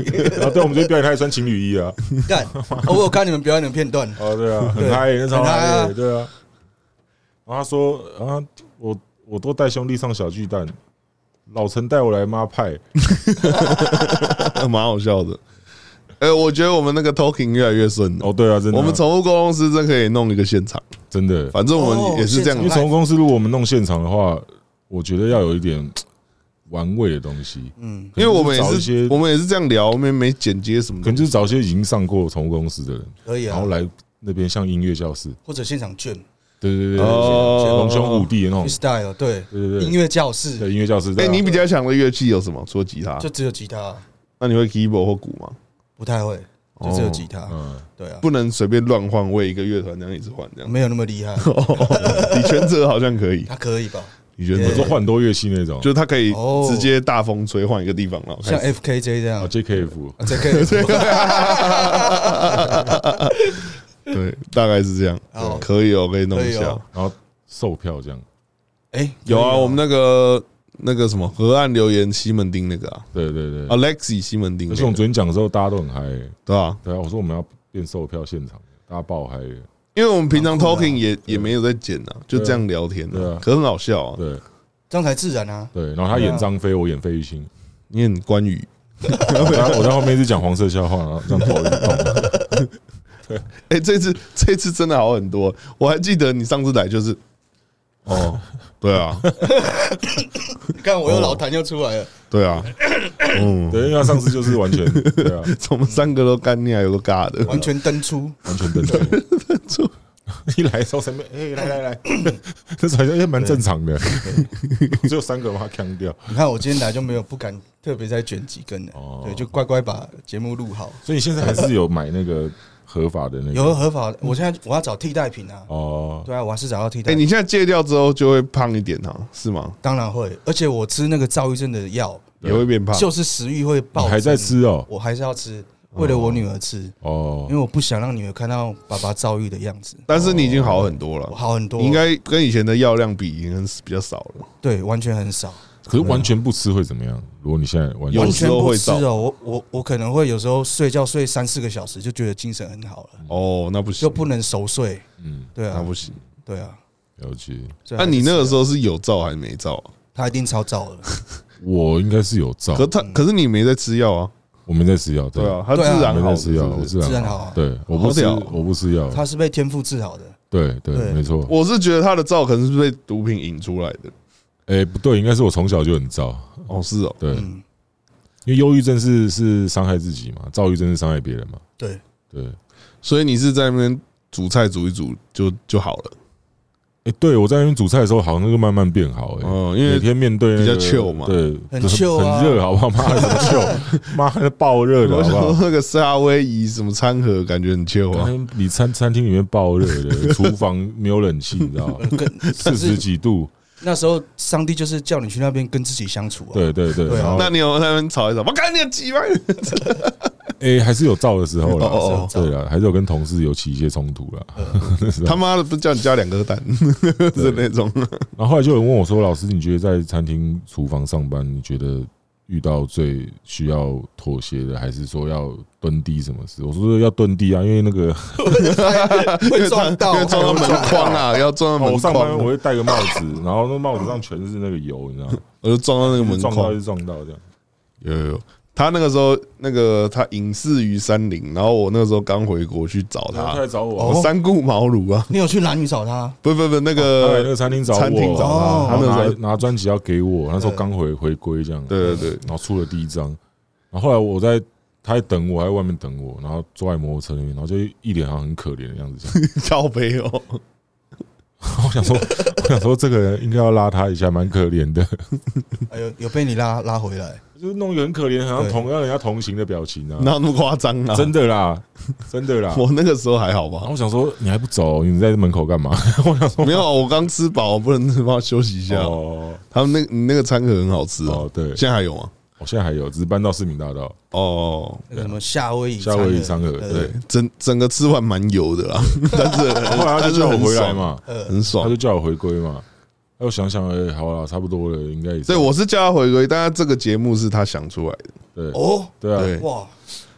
啊，对，我们就表演他还穿情侣衣啊，干。哦我有看你们表演的片段，啊，对啊，很对嗨，那超很嗨啊嗨的，对啊。然后他说啊，我我都带兄弟上小巨蛋，老陈带我来妈派， 蛮好笑的。哎，我觉得我们那个 talking 越来越顺了。哦，对啊，真的啊，我们宠物公司真可以弄一个现场，真的，反正我哦们也是这因为样。从公司如果我们弄现场的话，我觉得要有一点玩味的东西，嗯，因为我们可能也就是找一些，是我们也是这样聊，我们也没剪接什么可的能。就是找一些已经上过宠物公司的人，可以然啊后，来那边像音乐教室，或者现场卷对对对对，哦龙兄虎弟的那种， freestyle，对，对对音对，乐教室对音乐啊教室。哎，你比较较强的乐器有什么？除了吉他就，只有吉他，那你会 keyboard 或鼓吗？不太会，就只有吉他，嗯，对啊，不能随便乱换位，一个乐团这样一直换 这样。没有那么厉害，李全哲好像可以，他可以吧？李全我哲说换多乐器那种，就是他可以哦直接大风吹换一个地方了。像 FKJ 这啊样， JKF，啊这可以， 对，大概是这样哦，可以哦，可以弄一可以下哦。然后售票这样，哎，有啊，可以我们那个那个什么河岸留言西门町那个啊对对对。 ，Alexi 西门町而那且我们个，昨天讲的时候，大家都很嗨、对吧？对啊，我说我们要变售票现场，大家爆嗨、欸，因为我们平常蛮酷的啊哦 talking 也也没有在剪啊，就这样聊天对啊啊，可很好笑啊。对这样才自然啊，对。然后他演张飞，我演费玉 清，你很关羽， 我在我在后面一直讲黄色笑话，然后让头晕痛。哎，这次这次真的好很多。我还记得你上次来就是，哦，对啊，你看我又老痰又出来了，对啊， 嗯，对，因为他上次就是完全对啊，我们三个都干你还有个尬的，完全登出，完全登出。一来的时候身边，哎、来来 来，这好像也蛮正常的，只有三个把他扛掉。你看我今天来就没有不敢特别再卷几根的哦，对，就乖乖把节目录好。所以你现在还是有买那个合法的那个有合法，我现在我要找替代品啊。哦，对啊，我还是找到替代哎，品。你现在戒掉之后就会胖一点啊，是吗？当然会，而且我吃那个躁郁症的药，也会变胖，就是食欲会你爆。还在？吃哦我还是要吃，为了我女儿吃，因为哦，我不想让女儿看到爸爸躁郁的样子。但是你已经好很多了哦我。好很多，你应该跟以前的药量比，已经比较少了。对，完全很少，可是完全不吃会怎么样？如果你现在完全有完时全候不会吃躁哦。我我我可能会有时候睡觉睡三四个小时，就觉得精神很好了，哦，那不就行，不能熟睡。嗯对那啊，不行。对啊。了解。所那以还是啊你那个时吃候是有照还是没照啊？他一定超燥的，我应该是有照，可他可是你没在吃药啊？我没在吃药，对啊，啊，他自对啊我然没好在吃药，是不我是自然好，好啊。对，我不吃，好屌我不吃哦药，他是被天赋治好的，对对，对没错。我是觉得他的照可能是被毒品引出来的。哎，不对，应该是我从小就很躁，哦，是哦，对，嗯，因为忧郁症是是伤害自己嘛，躁郁症是伤害别人嘛，对，对。所以你是在那边煮菜煮一煮就就好了。哎，对我在那边煮菜的时候，好像就慢慢变好，哎，哦，因每为天面对那个比较 chill 嘛对，很 chill 啊很热，好不好？妈的，很 chill，妈的，爆热的，我好想不好说？那个夏威夷什么餐盒，感觉很旧啊。干 你餐餐厅里面爆热的，厨房没有冷气，你知道吗？更四十几度，那时候上帝就是叫你去那边跟自己相处啊。对对对，对啊然后 那你有在那边吵一吵？我干你个鸡巴！诶还是有照的时候哦哦啦哦，对啦，还是有跟同事有起一些冲突啦。 他妈的，不是叫你加两颗蛋 是那种？然后后来就有人问我说：“老师，你觉得在餐厅厨房上班，你觉得遇到最需要妥协的，还是说要蹲地什么事？”我说：“要蹲地啊，因为那个会撞到因为撞到门框啊，要撞哦到我门上班我框，会戴个帽子，然后那帽子上全是那个油，你知道吗？我就撞到那个门撞到框就。撞到这样。有有有，他那个时候那个他隐世于山林，然后我那个时候刚回国去找然后他他，来找我啊，我三顾茅庐啊，你有去蓝屿找他？不不不，那哦他哎来那个个餐厅找我，餐厅找哦然他，他后那时候拿拿专辑要给我，那时候刚回回归这样，对对对然后出了第一张，然后后来我在他在等我，还在外面等我，然后坐在摩托车那边，然后就一脸好像很可怜的样子这样， 靠背哦，啊我想说，我想说这个人应该要拉他一下，蛮可怜的， 哎呦，有被你拉拉回来。就是弄一个很可怜，好像对同让人家同行的表情啊，哪有那么夸张啊？真的啦，真的啦。我那个时候还好吧然后，我想说，你还不走，你在门口干嘛？ 我想说，没有，我刚吃饱，不能他妈休息一下。哦他们那你那个餐盒很好吃哦，哦，对，现在还有吗？我现在还有，只是搬到市民大道。哦，那个什么夏威夷夏威夷餐餐盒盒对对，整整个吃完蛮油的 啦，但是后来他就叫我回来嘛。嘛，很他爽就。叫我回归嘛。哎，我想想，哎，好了，差不多了，应该也是对，我是叫他回归，但他这个节目是他想出来的，对哦，对啊，对哇，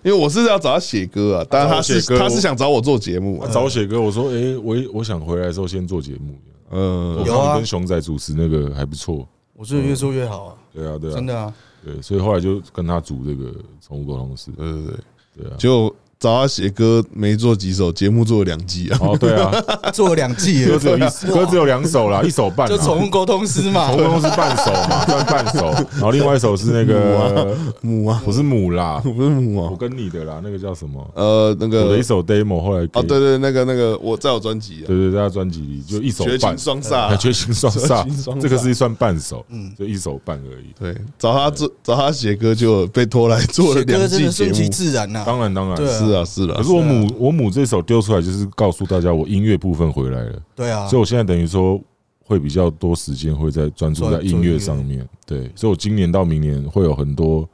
因为我是要找他写歌啊，但他找他我是哦写歌他是想找我做节目他啊，找我写歌，我说，哎，我我想回来的时候先做节目。我嗯，有看啊你跟熊仔主持那个还不错，我觉得越做越好啊，对啊，对啊，真的啊。对，所以后来就跟他组这个宠物沟通师，对对对，对啊，就找他写歌，没做几首，节目做了两季啊，哦，对啊，做了两 季耶，歌只有一歌只有两首啦，一首半啊，就宠物沟通师 嘛宠物。沟通师半首嘛，算半首，然后另外一首是那个 母啊， 不是母啦，不是母我啊，跟你的啦，那个叫什么？呃，那我的个一首 demo 后来给哦，对对，那个那个，我在我专辑啊，对对，在他专辑里就一首绝半情。双煞还，啊缺心双绝情啊双煞，煞这个是算半首，嗯就一首半而已。对，找他做找他写歌就被拖来做了写两歌真季的节顺目，其自然呐，当然，当然对是啊是可啊，是我母我母这首丢出来，就是告诉大家我音乐部分回来了，对啊所以，我现在等于说会比较多时间会在专注在音乐上面。对，所以我今年到明年会有很多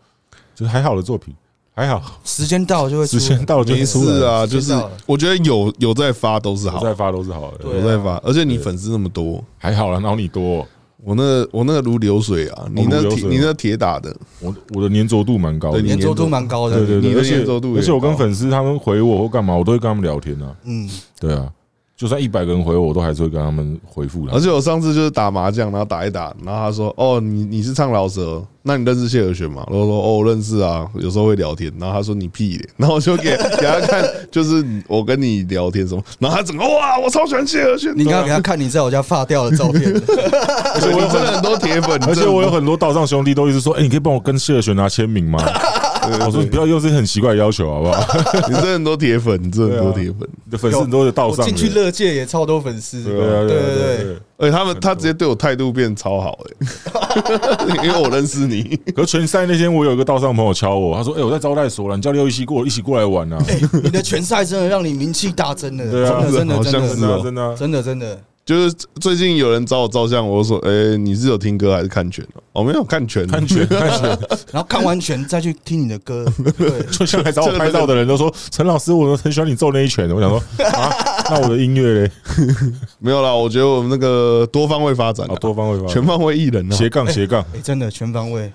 就是还好的作品，还 好时间到了就会出时间到就没出事来，啊，知就是道了我觉得有有在发都是好我，再发都是好对的，有在发，而且你粉丝那么多。还好啦，然后你多，我那我那个如流水啊，你那如流铁水你那铁打的，我我的粘着度蛮高的对，你粘着度蛮高的对。对你对，的而且粘着度也而且我跟高粉丝他们回我或干嘛，我都会跟他们聊天啊。嗯，对啊，就算一百个人回我，我都还是会跟他们回复 的。而且我上次就是打麻将，然后打一打，然后他说：“哦，你你是唱老舌，那你认识谢和弦吗？”然后我说：“哦，我认识啊，有时候会聊天。”然后他说：“你屁咧！”然后我就给 给他看，就是我跟你聊天什么，然后他整个哇，我超喜欢谢和弦的，你刚刚给他看你在我家发啊掉的照 片，而且我真的很多铁粉，而且我有很很多道上兄弟都一直说，哎、你可以帮我跟谢尔璇拿签名吗？我说你不要用这些很奇怪的要求好不好？你真的很多铁粉，你真的很多铁粉。你的粉丝都是道我上进人去乐界也超多粉丝。对啊对啊对对对对而且他们他直接对我态度变超好欸因为我认识你，对。可是拳赛那天，我有一个道上朋友敲我，他说：“哎、我在招待所了，你叫六一七过一起过来玩啊！”哎，你的拳赛真的让你名气大增了，对啊真的好真像真的真是的哦啊的真的啊，真的真的，就是最近有人找我照相，我就说：“哎、你是有听歌还是看拳？”哦，没有看拳，看拳看拳，然后看完拳再去听你的 歌，对，就像来找我拍照的人都说：“陈老师，我很喜欢你揍那一拳。”我想说啊，那我的音乐嘞，没有啦。我觉得我们那个多方位发展、啊啊，多方位吧，全方位艺人 啊。斜杠斜杠哎，真的全方位，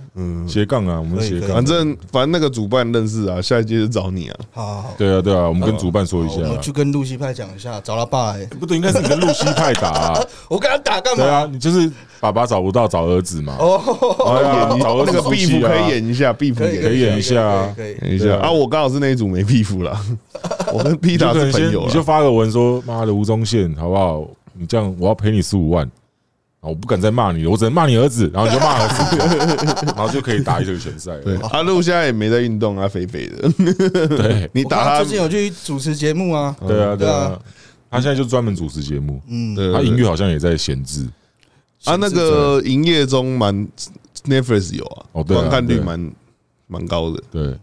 斜杠啊，我们可以斜可以杠反。正反正那个主办认识啊，下一届就找你啊。好好好，对啊对啊，我们跟主办说一我下啊们，去跟露西派讲一下，找他爸，哎，不对，应该是你跟露西派打 啊。我跟他打干对嘛？啊，你就是爸爸找不到，找儿子嘛。哦，对啊演一找儿那子个出壁气虎啊可以演一下，壁虎可以以演嗯演一下啊可以可以可以演一对下啊啊。我刚好是那一组没壁虎啦，我跟你 P 就塔可是能朋先友啊你就啦。发个文说，妈的吴宗宪，好不好？你这样我要赔你十五万。啊！我不敢再骂你了，我只能骂你儿子，然后你就骂儿子，然后就可以打一场拳赛了。对，阿路现在也没在运动啊，肥肥的。对你我打看他最，近有去主持节目啊，对啊，对对啊啊，他现在就专门主持节目，嗯，对他音乐好像也在闲置。啊，那个营业中蛮 Netflix 有啊，哦对啊观看率对蛮蛮高的，对，而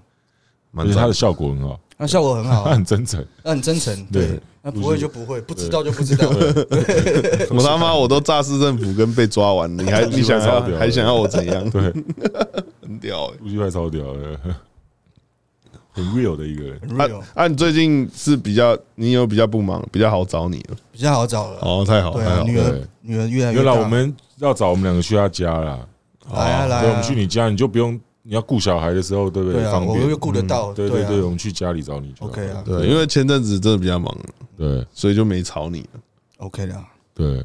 蛮且赞他的的效果很好，那效果很好他 啊，很真诚，那很真诚，对对，那不会就不会，不知道就不 知道，我他妈我都炸市政府跟被抓完了，你还你想要超屌的还想要我怎样？对，很屌欸陆续派超屌的， 很 real 的一个人。很啊 real，啊！你最近是比较，你有比较不忙，比较好找你了。比较好找了。哦，太好，对太啊，好。女对儿女儿越来越原大哎来了，我们要找我们两个去他家啦，来啊来啊，对，我们去你家你就不用，你要顾小孩的时候，对不对啊，方我便嗯又。顾得到，对对啊对，我们去家里找你就好。 ，OK 啊对，因为前阵子真的比较忙，对所以就没吵你了。 ，OK 的啊，对，我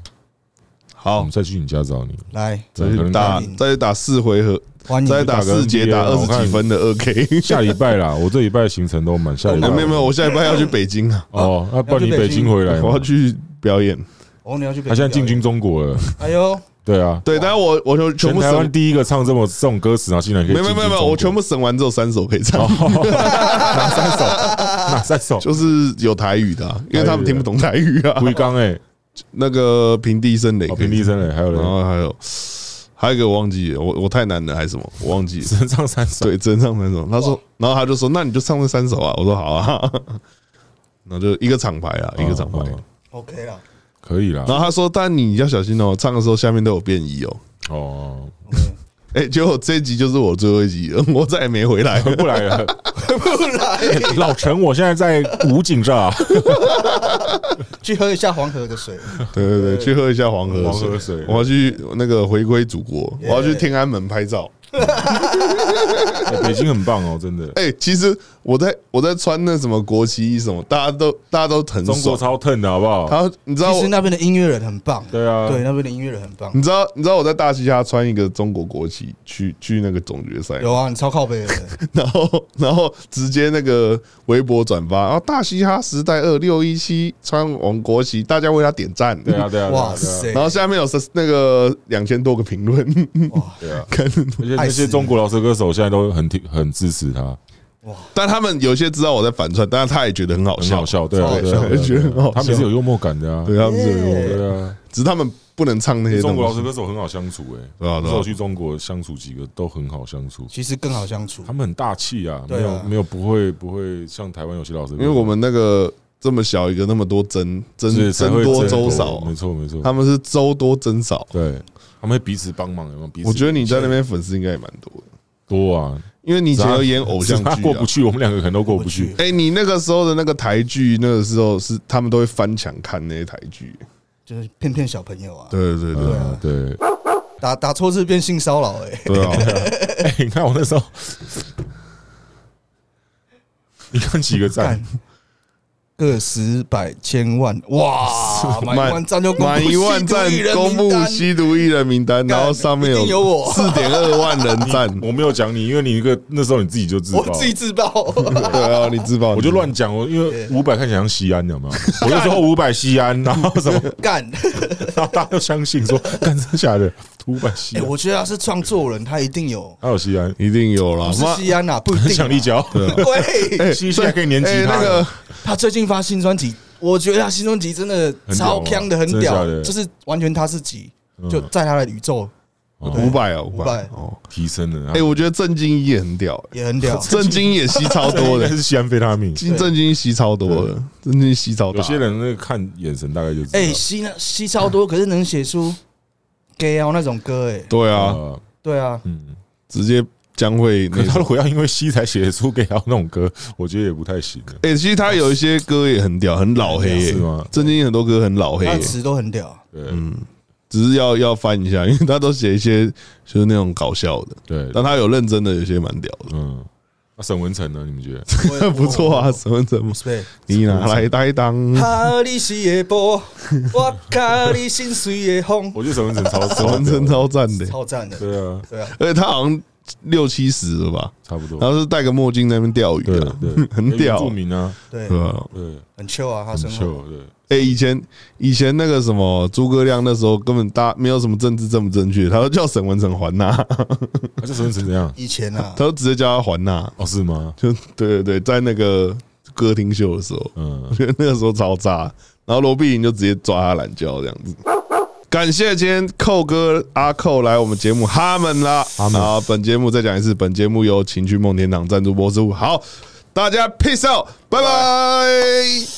好们，再去你家找你，来再可去能嗯打，再去打四回合，欢迎再去打四节打二十啊几分的二 K。下礼拜啦， 我这礼拜的行程都满，下礼拜哦没有没有，我下礼拜要去北京 啊，哦，那不然你北京回来嘛，我要去表演。哦，你要去北他现在进京军中国了，表演，哎呦，对啊，对，但是我我就全全部台省，湾第一个唱这么这种歌词，然后竟然可以没有没有进没军有没中哦有，国 我全部省完之后三首可以唱，哪三首？哪三首？ 哦就是有台语的啊，因为他们听不懂台语啊。龟缸哎，那个平地森林哦，平地生嘞，还有然人后还有还有一个我忘记了，我我太难了还是什么，我忘记了。只能 唱三首。对，只能唱三首。他说，然后他就说，那你就唱这三首啊。我说好啊， 然后就一个厂牌啊，一个厂牌。哦哦，OK 了可以啦。然后他说，但你要小心哦，唱的时候下面都有变异哦。哦， ，OK，哎，结果这一集就是我最后一集了，我再也没 回来。回不来 了，不来 老陈，我现在在武警这 啊，去喝一下黄河 的水，对对对，去喝一下黄河黄河水水，我要去那个回归祖国，我要去天安门拍照。哎北京很棒哦，真的，哎，其实我在我在穿那什么国旗衣什么，大家都大家都很中国爽。超疼的好不好？然后你知道其我实那边的音乐人很棒，对啊，嗯对，那边的音乐人很棒，你知道你知道我在大西亚穿一个中国国旗去去那个总决赛吗，有啊，你超靠北的，然后然后直接那个微博转发，然后大嘻哈时代二六一七穿我们国旗，大家为他点赞，对啊，对啊，对啊哇，对啊塞然，后下面有10那个两千多个评论， 对啊，看而且那些中国饶舌歌手现在都很挺很支持他，但他们有些知道我在反串，但是他也觉得很好很笑好，笑，对啊，超对啊好笑对啊，觉得很好笑他们是有幽默感的啊，对他们是有幽默感对啊，只是他们不能唱那些中东国饶舌西，歌手很好相处哎，对啊那对时候啊去中国相处几个都很好相处，其实更好相处他，们很大气啊，没对啊有没有不会不会像台湾有些老师，因为我们那个这么小一个那么多争争是才争会多争周对少，啊没错没错，他们是周多争少。对，他们会彼此帮忙，有没有？彼此我觉得你在那边粉丝应该也蛮多的，多啊，因为你以前有演偶只像是他剧过啊不。去，我们两个可能都过不去。哎、你那个时候的那个台剧，那个时候是他们都会翻墙看那些台剧。就是骗骗小朋友啊，对对对啊，对，打打错字变性骚扰，哎，对啊！哎， 你看我那时候，你看几个赞干？个十百千万，哇！满一万赞就公布满一万赞吸毒艺人公布名单吸毒艺人名单，干然后上面一定有我四点二万人赞。我没有讲你，因为你一个那时候你自己就自爆，我自己自爆。对啊，你自爆，我就乱讲，我因为五百看起来像西安，你知 道吗？我就说五百西安，然后什么，干！欸然后大家就相信 说，干真的假的？五百西哎，安，我觉得他是创作人，他一定有，还有西 安，一定有啦不。是西安呐，不一定啊。强力 胶，对，西西还可以粘哎、吉他那个的，他最近发新专辑，我觉得他新专辑真的很屌啊超强的，很真的假屌，的就是完全他自己，就在他的宇宙五百啊，五500百哦。提升了。哎、我觉得郑经一也很屌、欸，也 很屌。郑经一也吸超多的但，是西安非他命。金郑经一吸超多的，郑经一吸超大。有些人那个看眼神大概就知道。哎，吸那吸超多，可是能写出 gay 啊那种歌，哎，对啊，啊，对啊，嗯，直接将会可那是他种如。果要因为西才写出给他那种歌， 我觉得也不太行了。哎、其实他有一些歌也很屌，很老黑、欸，是吗郑经一很多歌很老黑、他啊欸的，词都很屌。啊对，嗯只是要要翻一下， 因为他都写一些就是那种搞笑的，对，但他有认真的，有些蛮屌嗯，那沈文成呢？你们觉得？ 的， 不错啊，沈文成嘛，对。你拿来担当， 哈里是的波， 我卡里心碎的风，我觉得沈文成超 沈文成，超赞的、超赞的。对啊，对啊，而且他好像六七十了吧，差不多。然后是戴个墨镜在那边钓鱼对啊，对， 很屌著，名啊，对，对啊。对，很 chill 啊，他很生活。秀，对，哎、以前以前那个什么诸葛亮那时候根本大没有什么政治正不正确，他都叫沈文成还呐、 那这沈文成怎样？以前啊他，都直接叫他还呐、哦，是吗？就对对对，在那个歌厅秀的时候，嗯我，觉得那个时候超炸。然后罗碧莹就直接抓他懒觉这样子。感谢今天寇哥阿寇来我们节目哈们啦，哈们。本节目再讲一次，本节目由情趣梦天堂赞助播出。好，大家 peace out，拜拜。